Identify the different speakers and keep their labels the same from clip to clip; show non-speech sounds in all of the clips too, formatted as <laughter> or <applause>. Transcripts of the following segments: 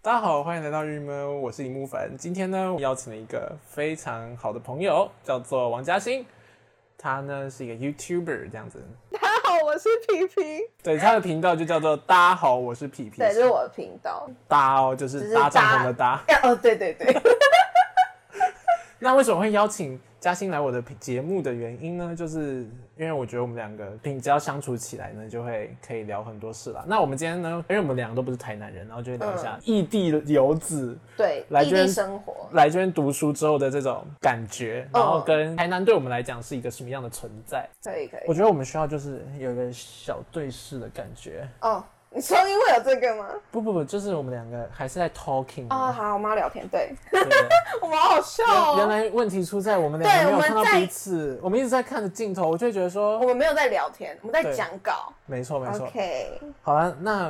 Speaker 1: 大家好，欢迎来到郁闷，我是李木凡。今天呢，我邀请了一个非常好的朋友，叫做王嘉欣。他呢是一个 YouTuber 这样子，
Speaker 2: 大家好，我是皮皮，
Speaker 1: <laughs> 对，他的频道就叫做“大家好，我是皮皮”，
Speaker 2: 对，这是我的频道。
Speaker 1: 搭哦，就是搭帐篷的搭。
Speaker 2: 哎哦，对对对， <laughs>
Speaker 1: 那为什么会邀请嘉欣来我的节目的原因呢？就是因为我觉得我们两个平只要相处起来呢，就会可以聊很多事啦。那我们今天呢，因为我们两个都不是台南人，然后就会聊一下异地游子
Speaker 2: 对，
Speaker 1: 来
Speaker 2: 异
Speaker 1: 这边
Speaker 2: 地生活，
Speaker 1: 来这边读书之后的这种感觉，
Speaker 2: 嗯
Speaker 1: 然后跟台南对我们来讲是一个什么样的存在？
Speaker 2: 可以可
Speaker 1: 我
Speaker 2: 以。
Speaker 1: 觉得我们需要就是有一个小对视的感觉。
Speaker 2: 哦，你说因为有这个 <laughs> 吗？
Speaker 1: 不不不，就是我们两个还是在 talking
Speaker 2: 哦，
Speaker 1: 啊。
Speaker 2: 好，我们要聊天，对，
Speaker 1: 对不对
Speaker 2: <laughs> 我们好好笑
Speaker 1: 原
Speaker 2: 哦，
Speaker 1: 来问题出在我们两个没有看到
Speaker 2: 对我们在
Speaker 1: 彼此，我们一直在看着镜头，我就会觉得
Speaker 2: 我
Speaker 1: 说，
Speaker 2: 们没有在聊天，我们在
Speaker 1: 对
Speaker 2: 讲稿。
Speaker 1: 没错没错。
Speaker 2: OK，
Speaker 1: 好了，那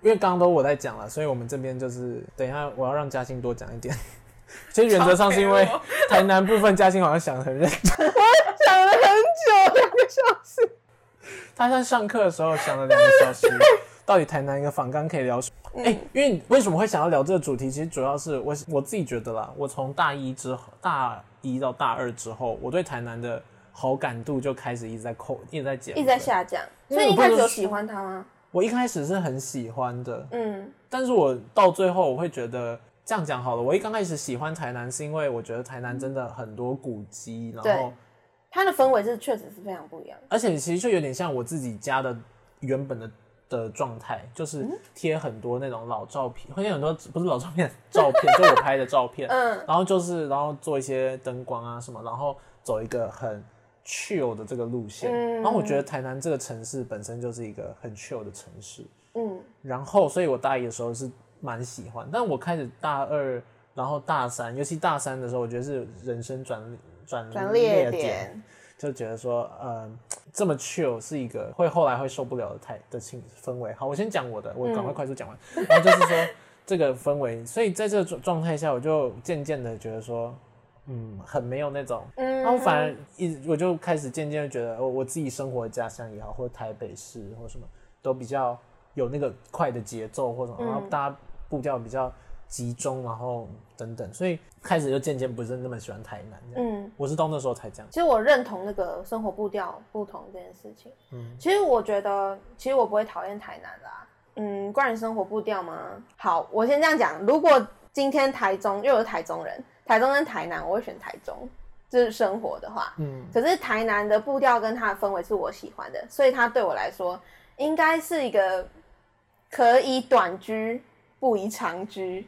Speaker 1: 因为刚刚都我在讲了，所以我们这边就是等一下我要让嘉欣多讲一点。其实原则上是因为
Speaker 2: 超
Speaker 1: 台南部分嘉欣好像想得很认真，
Speaker 2: 讲了很久，两个小时。
Speaker 1: 他像上课的时候想了两个小时，到底台南一个访刚可以聊什么？
Speaker 2: 嗯
Speaker 1: 哎、因为为什么会想要聊这个主题？其实主要是我我自己觉得啦，我从大一之后，大一到大二之后，我对台南的好感度就开始一直在扣，一直在减，
Speaker 2: <laughs> 一直在。下降，
Speaker 1: 因
Speaker 2: 所
Speaker 1: 为
Speaker 2: 以
Speaker 1: 我
Speaker 2: 一开
Speaker 1: 不
Speaker 2: 始
Speaker 1: 能
Speaker 2: 有喜欢他吗？
Speaker 1: 我一开始是很喜欢的，
Speaker 2: 嗯，
Speaker 1: 但是我到最后我会觉得这样讲好了。我一刚开始喜欢台南，是因为我觉得台南真的很多古迹，然后
Speaker 2: 嗯对他的氛围是确实是非常不一样的。
Speaker 1: 而且其实就有点像我自己家的原本的的状态，就是
Speaker 2: 嗯
Speaker 1: 贴很多那种老照片，会有很多不是老照片，照片就我拍的照片，
Speaker 2: 嗯，
Speaker 1: 然后就是然后做一些灯光啊什么，然后走一个很 chill 的这个路线。
Speaker 2: 嗯
Speaker 1: 然后我觉得台南这个城市本身就是一个很 chill 的城市，
Speaker 2: 嗯，
Speaker 1: 然后，所以我大一的时候是蛮喜欢，但我开始大二，然后大三，尤其大三的时候，我觉得是人生转转
Speaker 2: 转
Speaker 1: 捩
Speaker 2: 捩嗯点，
Speaker 1: 就觉得说，呃，这么 chill 是一个会后来会受不了的态的情氛围。好，我先讲我的，我赶快快速讲完。然后就是说这个氛围，所以在这个状状态下，我就渐渐的觉得说，嗯，很没有那种。
Speaker 2: 嗯
Speaker 1: 然后反而一直我就开始渐渐地觉得，我我自己生活的家乡也好，或者台北市或什么，都比较有那个快的节奏或什么，然后大家步调比较集中，然后等等，所以开始就渐渐不是那么喜欢台南这样。
Speaker 2: 嗯，
Speaker 1: 我是到那时候才这样。
Speaker 2: 其实我认同那个生活步调不同这件事情。
Speaker 1: 嗯
Speaker 2: 嗯，其实我觉得，其实我不会讨厌台南啦。嗯，关于生活步调吗？好，我先这样讲。如果今天台中，因为我是台中人，台中跟台南，我会选台中，就是生活的话。
Speaker 1: 嗯
Speaker 2: 可是台南的步调跟它的氛围是我喜欢的，所以它对我来说应该是一个可以短居不宜长居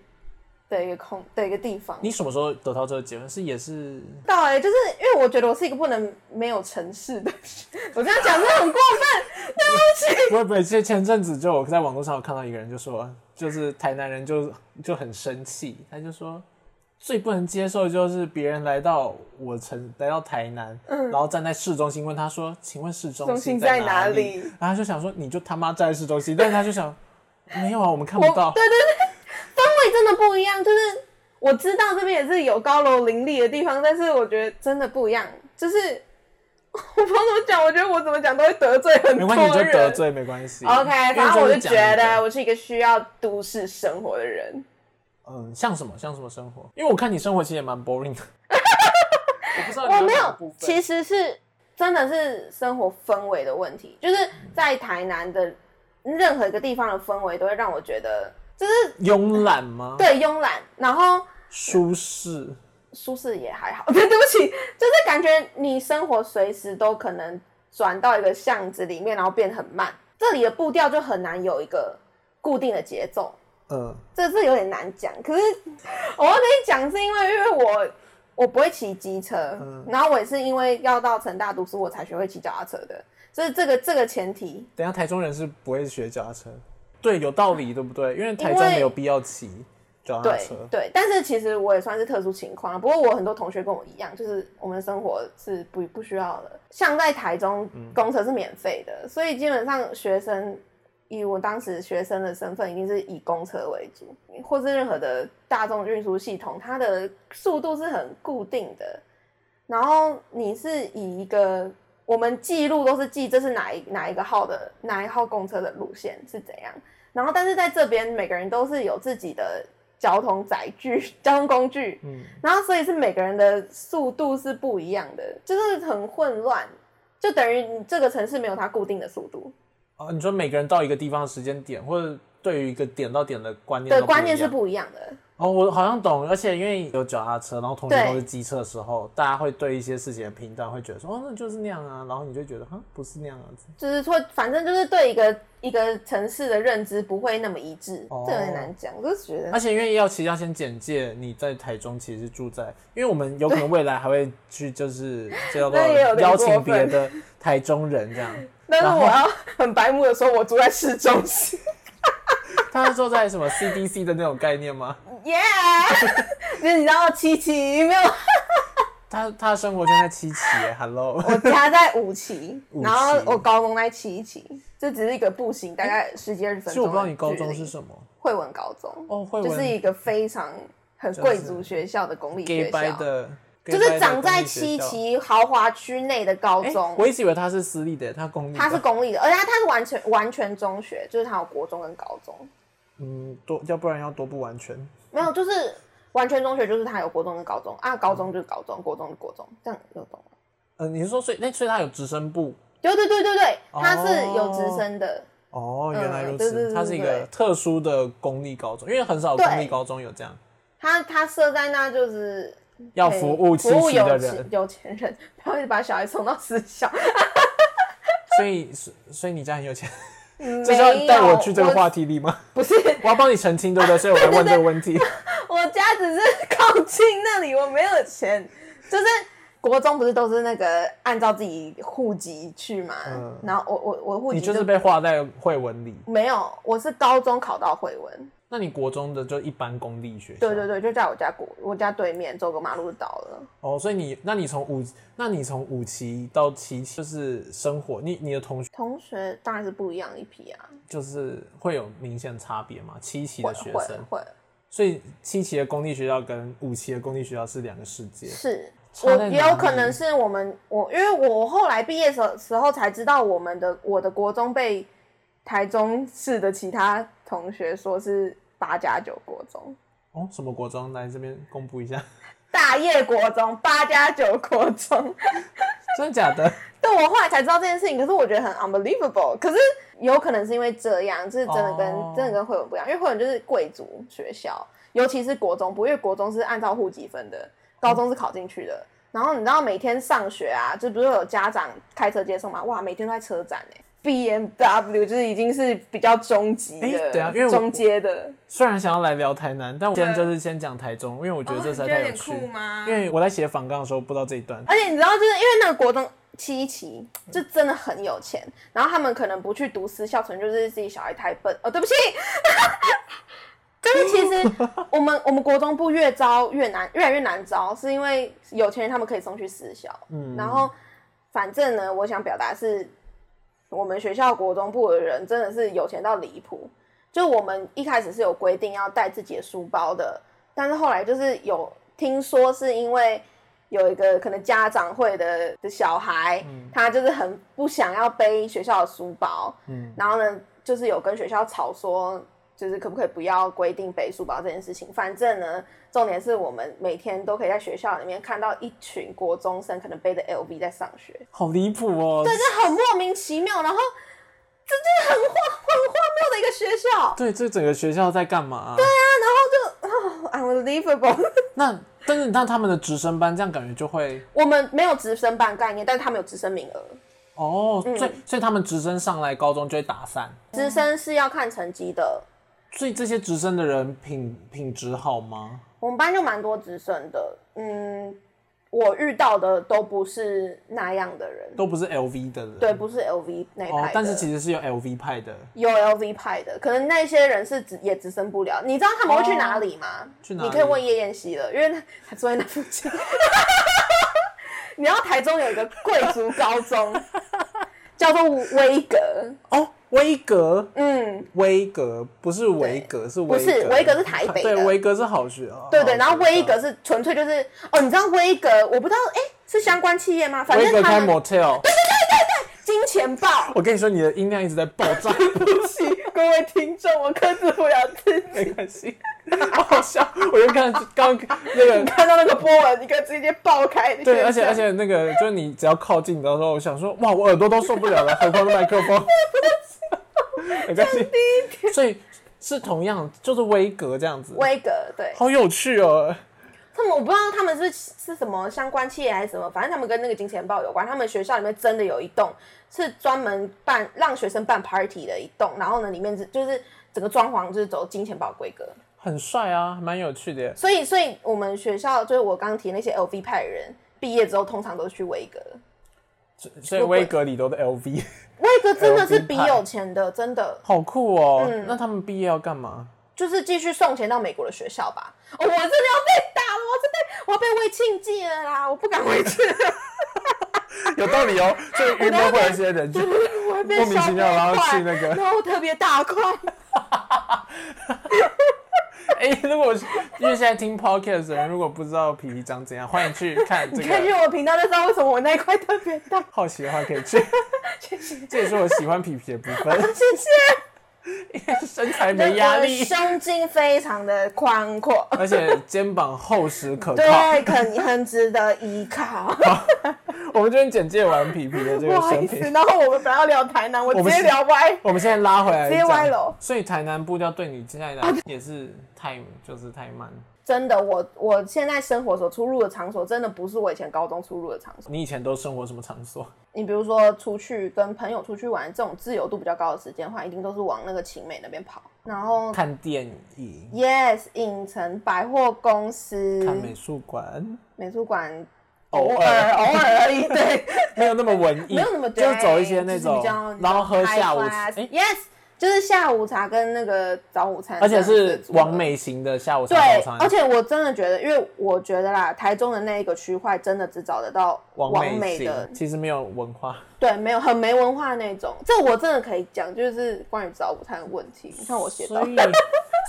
Speaker 2: 的一个空的一个地方。
Speaker 1: 你什么时候得到这个结论？是也是
Speaker 2: 到哎、就是因为我觉得我是一个不能没有城市的，人。我这样讲是很过分，对不起。
Speaker 1: 不会不会，前前阵子就我在网络上有看到一个人就说，就是台南人就就很生气，他就说最不能接受就是别人来到我城，来到台南，然后站在市中心问他说，请问市中
Speaker 2: 嗯中心
Speaker 1: 在
Speaker 2: 在哪
Speaker 1: 里？
Speaker 2: 里
Speaker 1: 然后他就想说，你就他妈站在市中心，但是他就
Speaker 2: <laughs>
Speaker 1: 想没有啊，我们看
Speaker 2: 我
Speaker 1: 不到。
Speaker 2: 对对对，氛围真的不一样。就是我知道这边也是有高楼林立的地方，但是我觉得真的不一样。就是我不知道怎么讲，我觉得我怎么讲都会得罪很
Speaker 1: 没
Speaker 2: 多
Speaker 1: 关系，
Speaker 2: 人。
Speaker 1: 你就得罪没关系。
Speaker 2: OK，
Speaker 1: 因为
Speaker 2: 反正我
Speaker 1: 是
Speaker 2: 就
Speaker 1: 讲
Speaker 2: 觉
Speaker 1: 你的
Speaker 2: 得我是一个需要都市生活的人。
Speaker 1: 嗯，像什么像什么生活？因为我看你生活其实也蛮
Speaker 2: <laughs>
Speaker 1: boring 的。我不知道你
Speaker 2: 我没
Speaker 1: 哪个
Speaker 2: 有
Speaker 1: 部，分
Speaker 2: 其实是真的是生活氛围的问题，就是在台南的任何一个地方的氛围都会让我觉得就是
Speaker 1: 慵懒吗？，
Speaker 2: 对慵懒，然后
Speaker 1: 舒适。
Speaker 2: 舒适也还好。 <laughs> 对，对不起，就是感觉你生活随时都可能转到一个巷子里面，然后变得很慢，这里的步调就很难有一个固定的节奏。
Speaker 1: 嗯，
Speaker 2: 这这有点难讲，可是我要跟你讲，是因为因为我我不会骑机车，
Speaker 1: 嗯
Speaker 2: 然后我也是因为要到成大读书，我才学会骑脚踏车的，所以这个这个前提，
Speaker 1: 等一下台中人是不会学脚踏车，对，有道理，对不对？因为台中
Speaker 2: 因为
Speaker 1: 没有必要骑脚踏
Speaker 2: 对
Speaker 1: 车。
Speaker 2: 对，但是其实我也算是特殊情况啊，不过我很多同学跟我一样，就是我们生活是不不需要的，像在台中公车是免费的，所以基本上学生。以我当时学生的身份，一定是以公车为主，或是任何的大众运输系统，它的速度是很固定的。然后你是以一个我们记录都是记这是哪一哪一个号的哪一号公车的路线是怎样，然后但是在这边每个人都是有自己的交通载具、 <laughs> 交通工具，
Speaker 1: 嗯，
Speaker 2: 然后所以是每个人的速度是不一样的，就是很混乱，就等于你这个城市没有它固定的速度。
Speaker 1: 哦，你说每个人到一个地方的时间点，或者对于一个点到点的观念
Speaker 2: 对，
Speaker 1: 都不一样，
Speaker 2: 观念是不一样的。
Speaker 1: 哦，我好像懂，而且因为有脚踏车，然后同学
Speaker 2: 对
Speaker 1: 都是机车的时候，大家会对一些事情的评断会觉得说，哦，那就是那样啊，然后你就觉得，哈，不是那样啊，
Speaker 2: 就是说，反正就是对一个一个城市的认知不会那么一致，
Speaker 1: 哦啊
Speaker 2: 这有点难讲。我就觉
Speaker 1: 而
Speaker 2: 得，
Speaker 1: 且因为要其实要先简介你在台中其实住在，因为我们有可能未来还会去
Speaker 2: <laughs>
Speaker 1: 就是这叫做
Speaker 2: 那也有点
Speaker 1: 邀请
Speaker 2: 过分
Speaker 1: 别的台中人这样。
Speaker 2: 但是
Speaker 1: 然后
Speaker 2: 我要 <laughs> 很白目的说，我住在市中心
Speaker 1: 他是说在
Speaker 2: <laughs>
Speaker 1: 什么 CDC 的那种概念吗？
Speaker 2: ，Yeah，就是
Speaker 1: <laughs>
Speaker 2: 你知道七期没有，
Speaker 1: 他他的生活圈在七期耶，Hello，
Speaker 2: 我家在五期，
Speaker 1: 五期
Speaker 2: 然后我高中在七期，这只是一个步行大概十几二十
Speaker 1: <laughs>
Speaker 2: 分
Speaker 1: 其实
Speaker 2: 钟。
Speaker 1: 我不知道你高中是什么
Speaker 2: 惠文高中，
Speaker 1: 哦，会
Speaker 2: 就是
Speaker 1: 文
Speaker 2: 一个非常很
Speaker 1: 是
Speaker 2: 贵族学校的公立
Speaker 1: gay
Speaker 2: 学
Speaker 1: 掰
Speaker 2: 校，
Speaker 1: 的，
Speaker 2: 就是长在
Speaker 1: 七
Speaker 2: 七。期豪华区内的高
Speaker 1: 哎、
Speaker 2: 中。
Speaker 1: 我一直以为他是私立的，他公立的。
Speaker 2: 它是公立的，而且它它是完全完全中学，就是它有国中跟高中，
Speaker 1: 嗯，多要不然要多不完全。
Speaker 2: 没有就是完全中学就是它有国中跟高中啊，高中就是高中，国中就是国中，这样有懂吗？
Speaker 1: 呃，你是说所以那所以他有直升部？
Speaker 2: 对对对对对，
Speaker 1: 哦
Speaker 2: 它是有直升的，
Speaker 1: 哦，原来如
Speaker 2: 嗯对对
Speaker 1: 此，
Speaker 2: 对
Speaker 1: 它是一个
Speaker 2: 对
Speaker 1: 特殊的公立高中，因为很少
Speaker 2: 对
Speaker 1: 公立高中有这样
Speaker 2: 它它设在那就是
Speaker 1: 要服务
Speaker 2: 服
Speaker 1: 七
Speaker 2: 务
Speaker 1: 夕的
Speaker 2: 有
Speaker 1: 人
Speaker 2: 钱，有钱人，不要一直把小孩送到私校，
Speaker 1: 所以所所以你家很有钱，
Speaker 2: 这
Speaker 1: <laughs> 这是要带我去这个话题里吗？
Speaker 2: 不是，
Speaker 1: 我要帮你澄清，对不对？所以我才问这个问题。
Speaker 2: <laughs> 我家只是靠近那里，我没有钱，就是。国中不是都是那个按照自己户籍去嘛，
Speaker 1: 嗯
Speaker 2: 然后我我我户
Speaker 1: 你
Speaker 2: 籍
Speaker 1: 就
Speaker 2: 就是
Speaker 1: 被划在会文里，
Speaker 2: 没有，我是高中考到惠文，
Speaker 1: 那你国中的就一般公立学校。
Speaker 2: 对对。对，就在我家国我家对面走个马路就到了。
Speaker 1: 哦，所以你那你从五那你从五期到七期就是生活，你你的同学
Speaker 2: 同学当然是不一样一批啊，
Speaker 1: 就是会有明显差别嘛？七期
Speaker 2: 会
Speaker 1: 的学
Speaker 2: 会
Speaker 1: 生，
Speaker 2: 会
Speaker 1: 所以七期的公立学校跟五期的公立学校是两个世界。
Speaker 2: 是。
Speaker 1: 差
Speaker 2: 我
Speaker 1: 在哪里
Speaker 2: 也有可能是我们我，因为我后来毕业时候时候才知道，我们的我的国中被台中市的其他同学说是八加九国中，
Speaker 1: 哦，什么国中来这边公布一下？ <laughs>
Speaker 2: 大业国中八加九国中，
Speaker 1: 真的假的？
Speaker 2: 但我后来才知道这件事情，可是我觉得很 unbelievable。可是有可能是因为这样，就是真的跟、
Speaker 1: 哦
Speaker 2: 真的跟惠文不一样，因为惠文就是贵族学校，尤其是国中部，因为国中是按照户籍分的，高中是考进去的。然后你知道每天上学啊，就不是有家长开车接送嘛？哇，每天都在车站哎、B M W 就是已经是比较中级的，
Speaker 1: 哎对啊因为我
Speaker 2: 中阶的，
Speaker 1: 虽然想要来聊台南，但我今天就是先讲台中，因为我哦觉得这实在太有趣。
Speaker 2: 吗
Speaker 1: 因为我在写访纲的时候不知道这一段，
Speaker 2: 而且你知道，就是因为那个国中七期就真的很有钱，然后他们可能不去读私校，纯粹就是自己小孩太笨。哦，对不起， <laughs> 就是其实我们我们国中部越招越难，越来越难招，是因为有钱人他们可以送去私校。
Speaker 1: 嗯
Speaker 2: 然后反正呢，我想表达是，我们学校国中部的人真的是有钱到离谱。就我们一开始是有规定要带自己的书包的，但是后来就是有听说是因为有一个可能家长会的的小孩，他就是很不想要背学校的书包，
Speaker 1: 嗯，
Speaker 2: 然后呢，就是有跟学校吵说，就是可不可以不要规定背书包这件事情。反正呢，重点是我们每天都可以在学校里面看到一群国中生可能背着 LV 在上学，
Speaker 1: 好离谱哦。对
Speaker 2: 这很莫名其妙。然后这就是很荒很荒谬的一个学校，
Speaker 1: 对，这整个学校在干嘛、对啊。
Speaker 2: 哦 unbelievable。 <laughs>
Speaker 1: 那但是那他们的直升班这样感觉就会
Speaker 2: 我们没有直升班概念，但是他们有直升名额。
Speaker 1: 哦，所以所以他们直升上来高中就会打散，
Speaker 2: 直升是要看成绩的，
Speaker 1: 所以这些直升的人品品质好吗？
Speaker 2: 我们班就蛮多直升的。嗯，我遇到的都不是那样的人，
Speaker 1: 都不是 LV 的人。
Speaker 2: 对，不是 LV 那一派
Speaker 1: 哦
Speaker 2: 的，
Speaker 1: 但是其实是有 LV 派的，
Speaker 2: 有 LV 派的，可能那些人是直也直升不了。你知道他们会去哪里吗？
Speaker 1: 哦去哪里
Speaker 2: 你可以问叶燕西了，因为他住在那附近。你知道台中有一个贵族高
Speaker 1: <laughs>
Speaker 2: 中，叫做威格，
Speaker 1: 哦，威格，
Speaker 2: 嗯，
Speaker 1: 威格不是维格，是维
Speaker 2: 不是维格是台北的
Speaker 1: 对，维格是好学校。
Speaker 2: 对对。然后威格
Speaker 1: 好学
Speaker 2: 是纯粹就是哦，你知道威格，我不知道哎、是相关企业吗？
Speaker 1: 校
Speaker 2: 反
Speaker 1: 威
Speaker 2: 正
Speaker 1: 格
Speaker 2: 他
Speaker 1: 开
Speaker 2: 们
Speaker 1: motel，
Speaker 2: 金钱豹， <laughs>
Speaker 1: 我跟你说，你的音量一直在爆炸。
Speaker 2: 对不起，各位听众，我克制不了自己。
Speaker 1: 没关系，好好笑。我就看刚那个，
Speaker 2: 你看到那个波纹，你可以直接爆开。
Speaker 1: 对，而且而
Speaker 2: 且，
Speaker 1: 且那个，就是你只要靠近的时候，我想说，哇，我耳朵都受不了了，何况是麦克
Speaker 2: <laughs>
Speaker 1: 风。没关系，所以是同样，就是微格这样子，
Speaker 2: 威格对，
Speaker 1: 好有趣哦。
Speaker 2: 他们我不知道他们是是什么相关企业还是什么，反正他们跟那个金钱豹有关。他们学校里面真的有一栋是专门办让学生办 party 的一栋，然后呢，里面是就是整个装潢就是走金钱豹规格。
Speaker 1: 很帅啊，蛮有趣的耶。
Speaker 2: 所以，所以我们学校就是我刚提那些 LV 派的人，毕业之后通常都是去威格。
Speaker 1: 所以威格里头的 LV
Speaker 2: 威格真的是比
Speaker 1: LV 派
Speaker 2: 有钱的，真的
Speaker 1: 好酷哦。
Speaker 2: 嗯
Speaker 1: 那他们毕业要干嘛？
Speaker 2: 就是继续送钱到美国的学校吧。哦，我真的要被打了，我真的我要被喂庆忌了啦，我
Speaker 1: <laughs>
Speaker 2: 不敢回去了，
Speaker 1: 有道理
Speaker 2: <laughs>
Speaker 1: 哦，这个运动会有一些人就
Speaker 2: 我会被
Speaker 1: 莫名
Speaker 2: 消
Speaker 1: 其
Speaker 2: 费
Speaker 1: 妙然后
Speaker 2: 快
Speaker 1: 去那个
Speaker 2: 然后特别大块。
Speaker 1: <laughs> 哎、如果是因为现在听 podcast 的人，如果不知道皮皮长怎样，欢迎去看这
Speaker 2: 你看去
Speaker 1: 个。
Speaker 2: 我频道就知道为什么我那一块特别大。
Speaker 1: 好奇的话可以去，
Speaker 2: 谢谢，
Speaker 1: 这也是我喜欢皮皮的部分，
Speaker 2: <laughs> <laughs> 谢谢。
Speaker 1: 因为身材没压
Speaker 2: 我的
Speaker 1: 力，
Speaker 2: 胸襟非常的宽阔，
Speaker 1: 而且肩膀厚实可靠。
Speaker 2: <laughs> 对，啊肯很值得依靠。
Speaker 1: 我们这边简介完皮皮的这
Speaker 2: 不
Speaker 1: 个
Speaker 2: 好
Speaker 1: 生
Speaker 2: 意思，
Speaker 1: 平，
Speaker 2: 然后我们本来要聊台南，我直
Speaker 1: 们
Speaker 2: 接
Speaker 1: 是
Speaker 2: 聊歪。
Speaker 1: 我们现在拉回来
Speaker 2: 直接
Speaker 1: 讲
Speaker 2: 歪楼
Speaker 1: 所以台南步调对你接下来
Speaker 2: <laughs>
Speaker 1: 讲也是太就是太慢。
Speaker 2: 真的，我我现在生活所出入的场所，真的不是我以前高中出入的场所。
Speaker 1: 你以前都生活什么场所？
Speaker 2: 你比如说出去跟朋友出去玩，这种自由度比较高的时间的话，一定都是往那个晴美那边跑。然后
Speaker 1: 看电影、
Speaker 2: ，yes，影城、百货公司、
Speaker 1: 看美术馆，
Speaker 2: 美术馆，
Speaker 1: 偶哦
Speaker 2: 偶尔偶尔而已，对，
Speaker 1: 没有那么文艺，
Speaker 2: 没有那么
Speaker 1: 嗯就
Speaker 2: 对
Speaker 1: 走一些那
Speaker 2: 就是
Speaker 1: 种
Speaker 2: 比较，
Speaker 1: 然后喝下午
Speaker 2: high
Speaker 1: 茶，
Speaker 2: class
Speaker 1: 哎
Speaker 2: yes，就是下午茶跟那个早午餐，
Speaker 1: 而且是
Speaker 2: 完
Speaker 1: 完。美型的下午茶
Speaker 2: 对
Speaker 1: 早，餐，
Speaker 2: 而且我真的觉得，因为我觉得啦，台中的那一个区块真的只找得到
Speaker 1: 完
Speaker 2: 完美的
Speaker 1: 型，其实没有文化，
Speaker 2: 对，没有很没文化那种。这我真的可以讲，就是关于早午餐的问题。你看我写
Speaker 1: 所
Speaker 2: 到，
Speaker 1: 以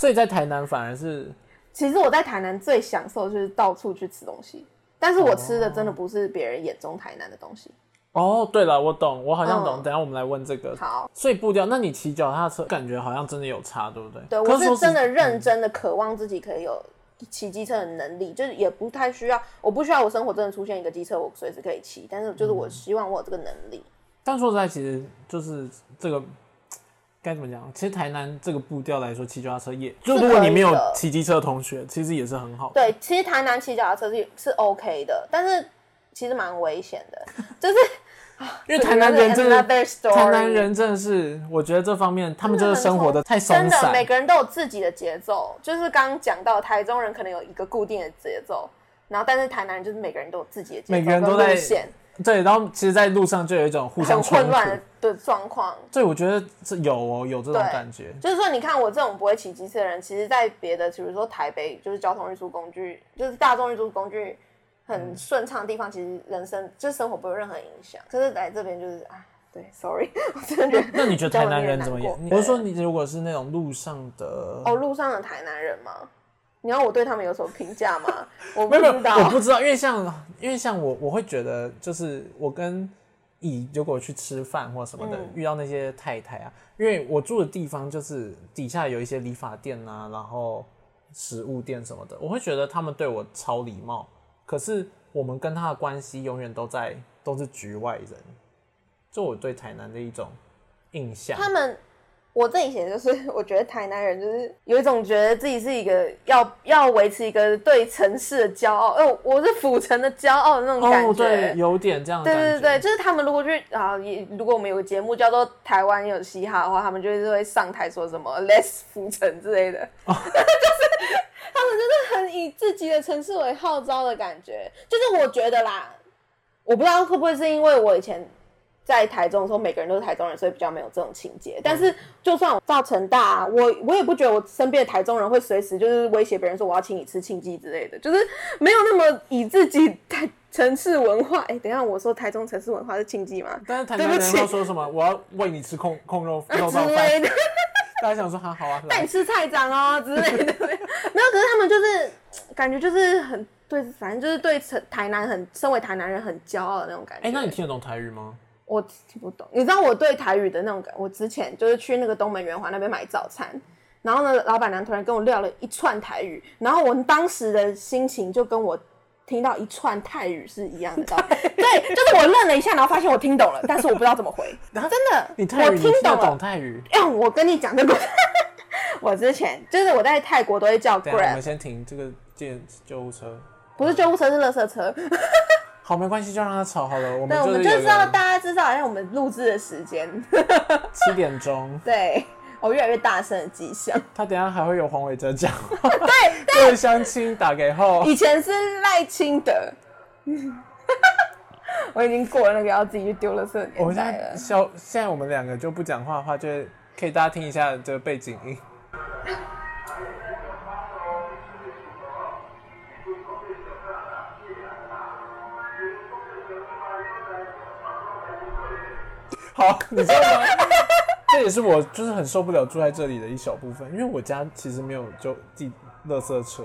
Speaker 1: 所以在台南反而是
Speaker 2: 其实我在台南最享受就是到处去吃东西，但是我吃的真的不是别人眼中台南的东西。
Speaker 1: 哦，对了，我懂，我好像懂，
Speaker 2: 嗯
Speaker 1: 等一下我们来问这个。
Speaker 2: 好，
Speaker 1: 所以步调，那你骑脚踏车感觉好像真的有差，对不对？
Speaker 2: 对
Speaker 1: 可
Speaker 2: 我
Speaker 1: 是说
Speaker 2: 是真的
Speaker 1: 实嗯
Speaker 2: 认真的渴望自己可以有骑机车的能力，就是也不太需要，我不需要我生活真的出现一个机车，我随时可以骑，但是就是
Speaker 1: 嗯
Speaker 2: 我希望我有这个能力。
Speaker 1: 但说实在，其实就是这个该怎么讲？其实台南这个步调来说，骑脚踏车也就如果你没有
Speaker 2: 可以的
Speaker 1: 骑机车的同学，其实也是很好的。
Speaker 2: 对，其实台南骑脚踏车是是 OK 的，但是其实蛮危险的，就是
Speaker 1: <laughs> 因为台南人真的，
Speaker 2: Another story
Speaker 1: 台南人真的是，我觉得这方面他们就是生活的太松
Speaker 2: 真的，
Speaker 1: 散
Speaker 2: 每，个人都有自己的节奏，就是刚刚讲到台中人可能有一个固定的节奏，然后但是台南人就是每个人都有自己的节奏，
Speaker 1: 每个人都在
Speaker 2: 路线
Speaker 1: 对，然后其实，在路上就有一种互相
Speaker 2: 很
Speaker 1: 冲
Speaker 2: 混
Speaker 1: 突。
Speaker 2: 乱的状况。
Speaker 1: 对，我觉得这有哦，有这种
Speaker 2: 对
Speaker 1: 感觉。
Speaker 2: 就是说，你看我这种不会骑机车的人，其实，在别的，比如说台北，就是交通运输工具，就是大众运输工具很顺畅的地方，其实人生就是生活不会有任何影响。可是来这边就是啊，对，sorry，我 <laughs> 真的觉得
Speaker 1: 那你觉得台南人怎么
Speaker 2: 交往
Speaker 1: 演？我
Speaker 2: 也难过
Speaker 1: 是说，你如果是那种路上的，
Speaker 2: 哦，路上的台南人吗？你要我对他们有什么评价
Speaker 1: <laughs>
Speaker 2: 吗？我
Speaker 1: 没
Speaker 2: 不
Speaker 1: 有没有，
Speaker 2: 知道，
Speaker 1: 我不知道，因为像因为像我，我会觉得就是我跟乙如果去吃饭或什么的，
Speaker 2: 嗯
Speaker 1: 遇到那些太太啊，因为我住的地方就是底下有一些理发店啊，然后食物店什么的，我会觉得他们对我超礼貌，可是我们跟他的关系永远都在都是局外人，这我对台南的一种印象。
Speaker 2: 他们，我这里写的就是，我觉得台南人就是有一种觉得自己是一个要要维持一个对城市的骄傲，哎、我我是府城的骄傲的那种感觉。
Speaker 1: 哦，对，有点这样的
Speaker 2: 对
Speaker 1: 感觉。
Speaker 2: 对对，就是他们如果去啊，也如果我们有个节目叫做《台湾有嘻哈》的话，他们就是会上台说什么 “less 浮城”之类的，
Speaker 1: 哦
Speaker 2: <laughs> 就是他们真的很以自己的城市为号召的感觉。就是我觉得啦，我不知道会不会是因为我以前在台中的时候，每个人都是台中人，所以比较没有这种情节。但是就算我到成大、我我也不觉得我身边的台中人会随时就是威胁别人说我要请你吃庆记之类的，就是没有那么以自己台城市文化。哎、等一下我说台中城市文化是庆记吗？
Speaker 1: 但是台南
Speaker 2: 对
Speaker 1: 人
Speaker 2: 不起
Speaker 1: 要说什么？我要喂你吃控控肉肉燥
Speaker 2: 之
Speaker 1: 饭，
Speaker 2: 类的，
Speaker 1: <laughs> 大家想说哈好啊，
Speaker 2: <laughs> 带
Speaker 1: 来
Speaker 2: 你吃菜长哦之类的， <laughs> 没有。可是他们就是感觉就是很对，反正就是对台南很身为台南人很骄傲的那种感觉。
Speaker 1: 哎、那你听得懂台语吗？
Speaker 2: 我听不懂。你知道我对台语的那种感，我之前就是去那个东门圆环那边买早餐，然后呢，老板娘突然跟我撂了一串台语，然后我当时的心情就跟我听到一串泰语是一样的，
Speaker 1: <laughs>
Speaker 2: 对，就是我愣了一下，然后发现我听懂了，但是我不知道怎么
Speaker 1: <laughs>
Speaker 2: 回，真的，
Speaker 1: 你泰
Speaker 2: 我
Speaker 1: 语你
Speaker 2: 听
Speaker 1: 听得
Speaker 2: 懂了
Speaker 1: 懂。泰语？
Speaker 2: 哎、我跟你讲这个，我之前就是我在泰国都会叫
Speaker 1: 等啊一下我们
Speaker 2: Grab，
Speaker 1: 先停这个电救护车。
Speaker 2: 不是救护车是垃圾车，
Speaker 1: 好，没关系，就让他吵好了。我
Speaker 2: 对，
Speaker 1: 们
Speaker 2: 我们就
Speaker 1: 有
Speaker 2: 知道
Speaker 1: 个
Speaker 2: 大家知道，好像我们录制的时间，
Speaker 1: 七点钟，
Speaker 2: 对我越来越大声的迹象。
Speaker 1: 他等一下还会有黄伟哲讲话。对， <laughs> 各位相亲打给后，
Speaker 2: 以前是赖清德， <laughs> 我已经过了那个要自己去丢垃圾的
Speaker 1: 我
Speaker 2: 年
Speaker 1: 们现
Speaker 2: 代
Speaker 1: 在
Speaker 2: 了。
Speaker 1: 消，现在我们两个就不讲话的话，就会可以大家听一下这个背景音。 <laughs> 好，你知道吗？这也是我就是很受不了住在这里的一小部分，因为我家其实没有就地垃圾车，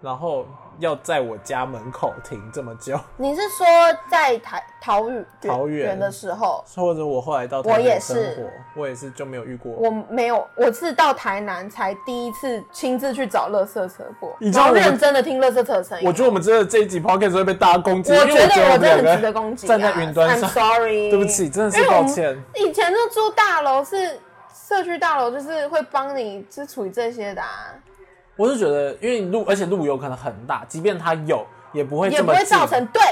Speaker 1: 然后要在我家门口停这么久，
Speaker 2: 你是说在台桃园
Speaker 1: 桃园
Speaker 2: 的时候，
Speaker 1: 或者我后来到台
Speaker 2: 我
Speaker 1: 北
Speaker 2: 也
Speaker 1: 生
Speaker 2: 是
Speaker 1: 活，我也是就没有遇过。
Speaker 2: 我没有，我是到台南才第一次亲自去找垃圾车过，
Speaker 1: 你知道
Speaker 2: 然后
Speaker 1: 我们
Speaker 2: 认真的听垃圾车的声音。
Speaker 1: 我觉得我们真的这一集 podcast 会被大家攻击，
Speaker 2: 我
Speaker 1: 因为
Speaker 2: 觉得
Speaker 1: 我
Speaker 2: 我真
Speaker 1: 们两
Speaker 2: 的
Speaker 1: 个
Speaker 2: 很值得攻击、啊。
Speaker 1: 站在云端
Speaker 2: I'm
Speaker 1: 上，
Speaker 2: sorry，
Speaker 1: 对不起，真的
Speaker 2: 因
Speaker 1: 是
Speaker 2: 为我
Speaker 1: 抱
Speaker 2: 们
Speaker 1: 歉。
Speaker 2: 以前就住大楼，是社区大楼，就是会帮你是处理这些的、啊，
Speaker 1: 我是觉得，因为路，而且路有可能很大，即便它有，也不会
Speaker 2: 也
Speaker 1: 这
Speaker 2: 不
Speaker 1: 么
Speaker 2: 会
Speaker 1: 近
Speaker 2: 造成对。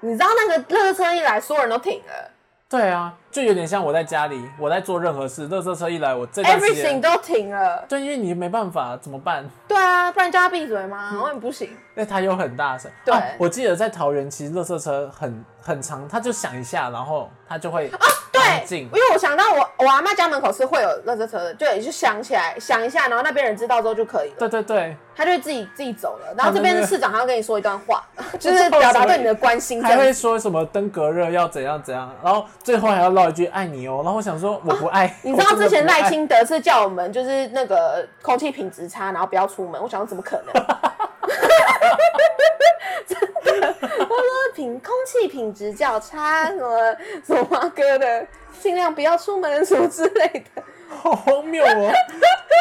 Speaker 2: 你知道那个垃圾车一来，所有人都停了
Speaker 1: 对啊，就有点像我在家里，我在做任何事，垃圾车一来，我这段时
Speaker 2: ，everything
Speaker 1: 间，
Speaker 2: 都停了。
Speaker 1: 对，因为你没办法，怎么办？
Speaker 2: 对啊，不然叫他闭嘴吗？
Speaker 1: 嗯
Speaker 2: 我很不行。
Speaker 1: 那它有很大声。
Speaker 2: 对
Speaker 1: 啊我记得在桃园，其实垃圾车很很长，它就响一下，然后它就会安
Speaker 2: 啊对，
Speaker 1: 静
Speaker 2: 因。为我想到我我阿妈家门口是会有垃圾车的，就也是想起来想一下，然后那边人知道之后就可以了。
Speaker 1: 对对对，
Speaker 2: 他就会自己自己走了。然
Speaker 1: 他
Speaker 2: 后这
Speaker 1: 真的
Speaker 2: 边的市长，他要跟你说一段
Speaker 1: <laughs>
Speaker 2: 话，就是表达对你的关心。
Speaker 1: 还
Speaker 2: 这
Speaker 1: 会
Speaker 2: 样
Speaker 1: 说什么登革热要怎样怎样，然后最后还要唠一句爱你哦。然后我想说我不爱，
Speaker 2: 啊你知道
Speaker 1: 我真的
Speaker 2: 之前
Speaker 1: 不爱
Speaker 2: 赖清德是叫我们就是那个空气品质差，然后不要出 <laughs> 门。我想说怎么可能？真的，我说品空气品质较差，什么什么蛙哥的，尽量不要出门什么之类的。
Speaker 1: <laughs> 好荒谬哦！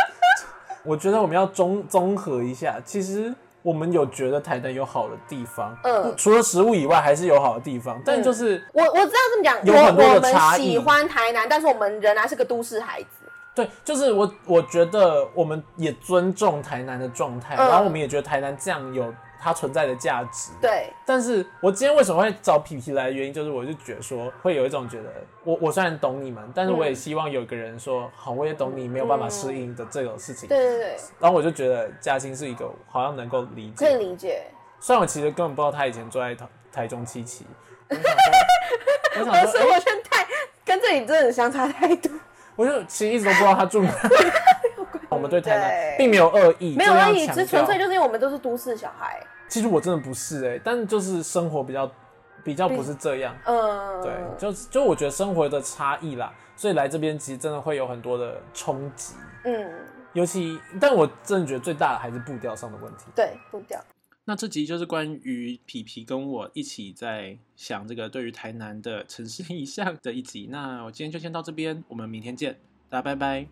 Speaker 1: <laughs> 我觉得我们要综综合一下，其实我们有觉得台南有好的地方，
Speaker 2: 嗯
Speaker 1: 不除了食物以外，还是有好的地方，但就是、
Speaker 2: 我我知道这么讲，
Speaker 1: 有很多的
Speaker 2: 我我们
Speaker 1: 差异
Speaker 2: 喜欢台南，但是我们仍然是个都市孩子。
Speaker 1: 对，就是我我觉得我们也尊重台南的状态，
Speaker 2: 嗯
Speaker 1: 然后我们也觉得台南这样有它存在的价值。
Speaker 2: 对，
Speaker 1: 但是我今天为什么会找皮皮来？的原因就是我就觉得说，会有一种觉得，我我虽然懂你们，但是我也希望有个人说，好，我也懂你没有办法适应的这种事情。
Speaker 2: 对对对，
Speaker 1: 然后我就觉得嘉欣是一个好像能够理解
Speaker 2: 可以
Speaker 1: 的
Speaker 2: 理解。
Speaker 1: 虽然我其实根本不知道他以前住在台台中七期，
Speaker 2: <laughs>
Speaker 1: 我想说，我
Speaker 2: 但
Speaker 1: 想
Speaker 2: 是
Speaker 1: 说，哎
Speaker 2: 我现在跟这里真的相差太多，
Speaker 1: 我就其实一直都不知道他
Speaker 2: <laughs>
Speaker 1: 住哪。我们对台
Speaker 2: 对
Speaker 1: 南并没有恶意，
Speaker 2: 没有
Speaker 1: 真的要
Speaker 2: 而已，
Speaker 1: 强
Speaker 2: 只纯
Speaker 1: 调
Speaker 2: 粹就是因为我们都是都市小孩，
Speaker 1: 其实我真的不是哎、但就是生活比较比较不是这样，
Speaker 2: 嗯，
Speaker 1: 对，就就我觉得生活的差异啦，所以来这边其实真的会有很多的冲击，
Speaker 2: 嗯，
Speaker 1: 尤其但我真的觉得最大的还是步调上的问题。
Speaker 2: 对，不掉，
Speaker 3: 那这集就是关于皮皮跟我一起在想这个对于台 <laughs> 南的城市印象的一集。那我今天就先到这边，我们明天见，大家拜拜。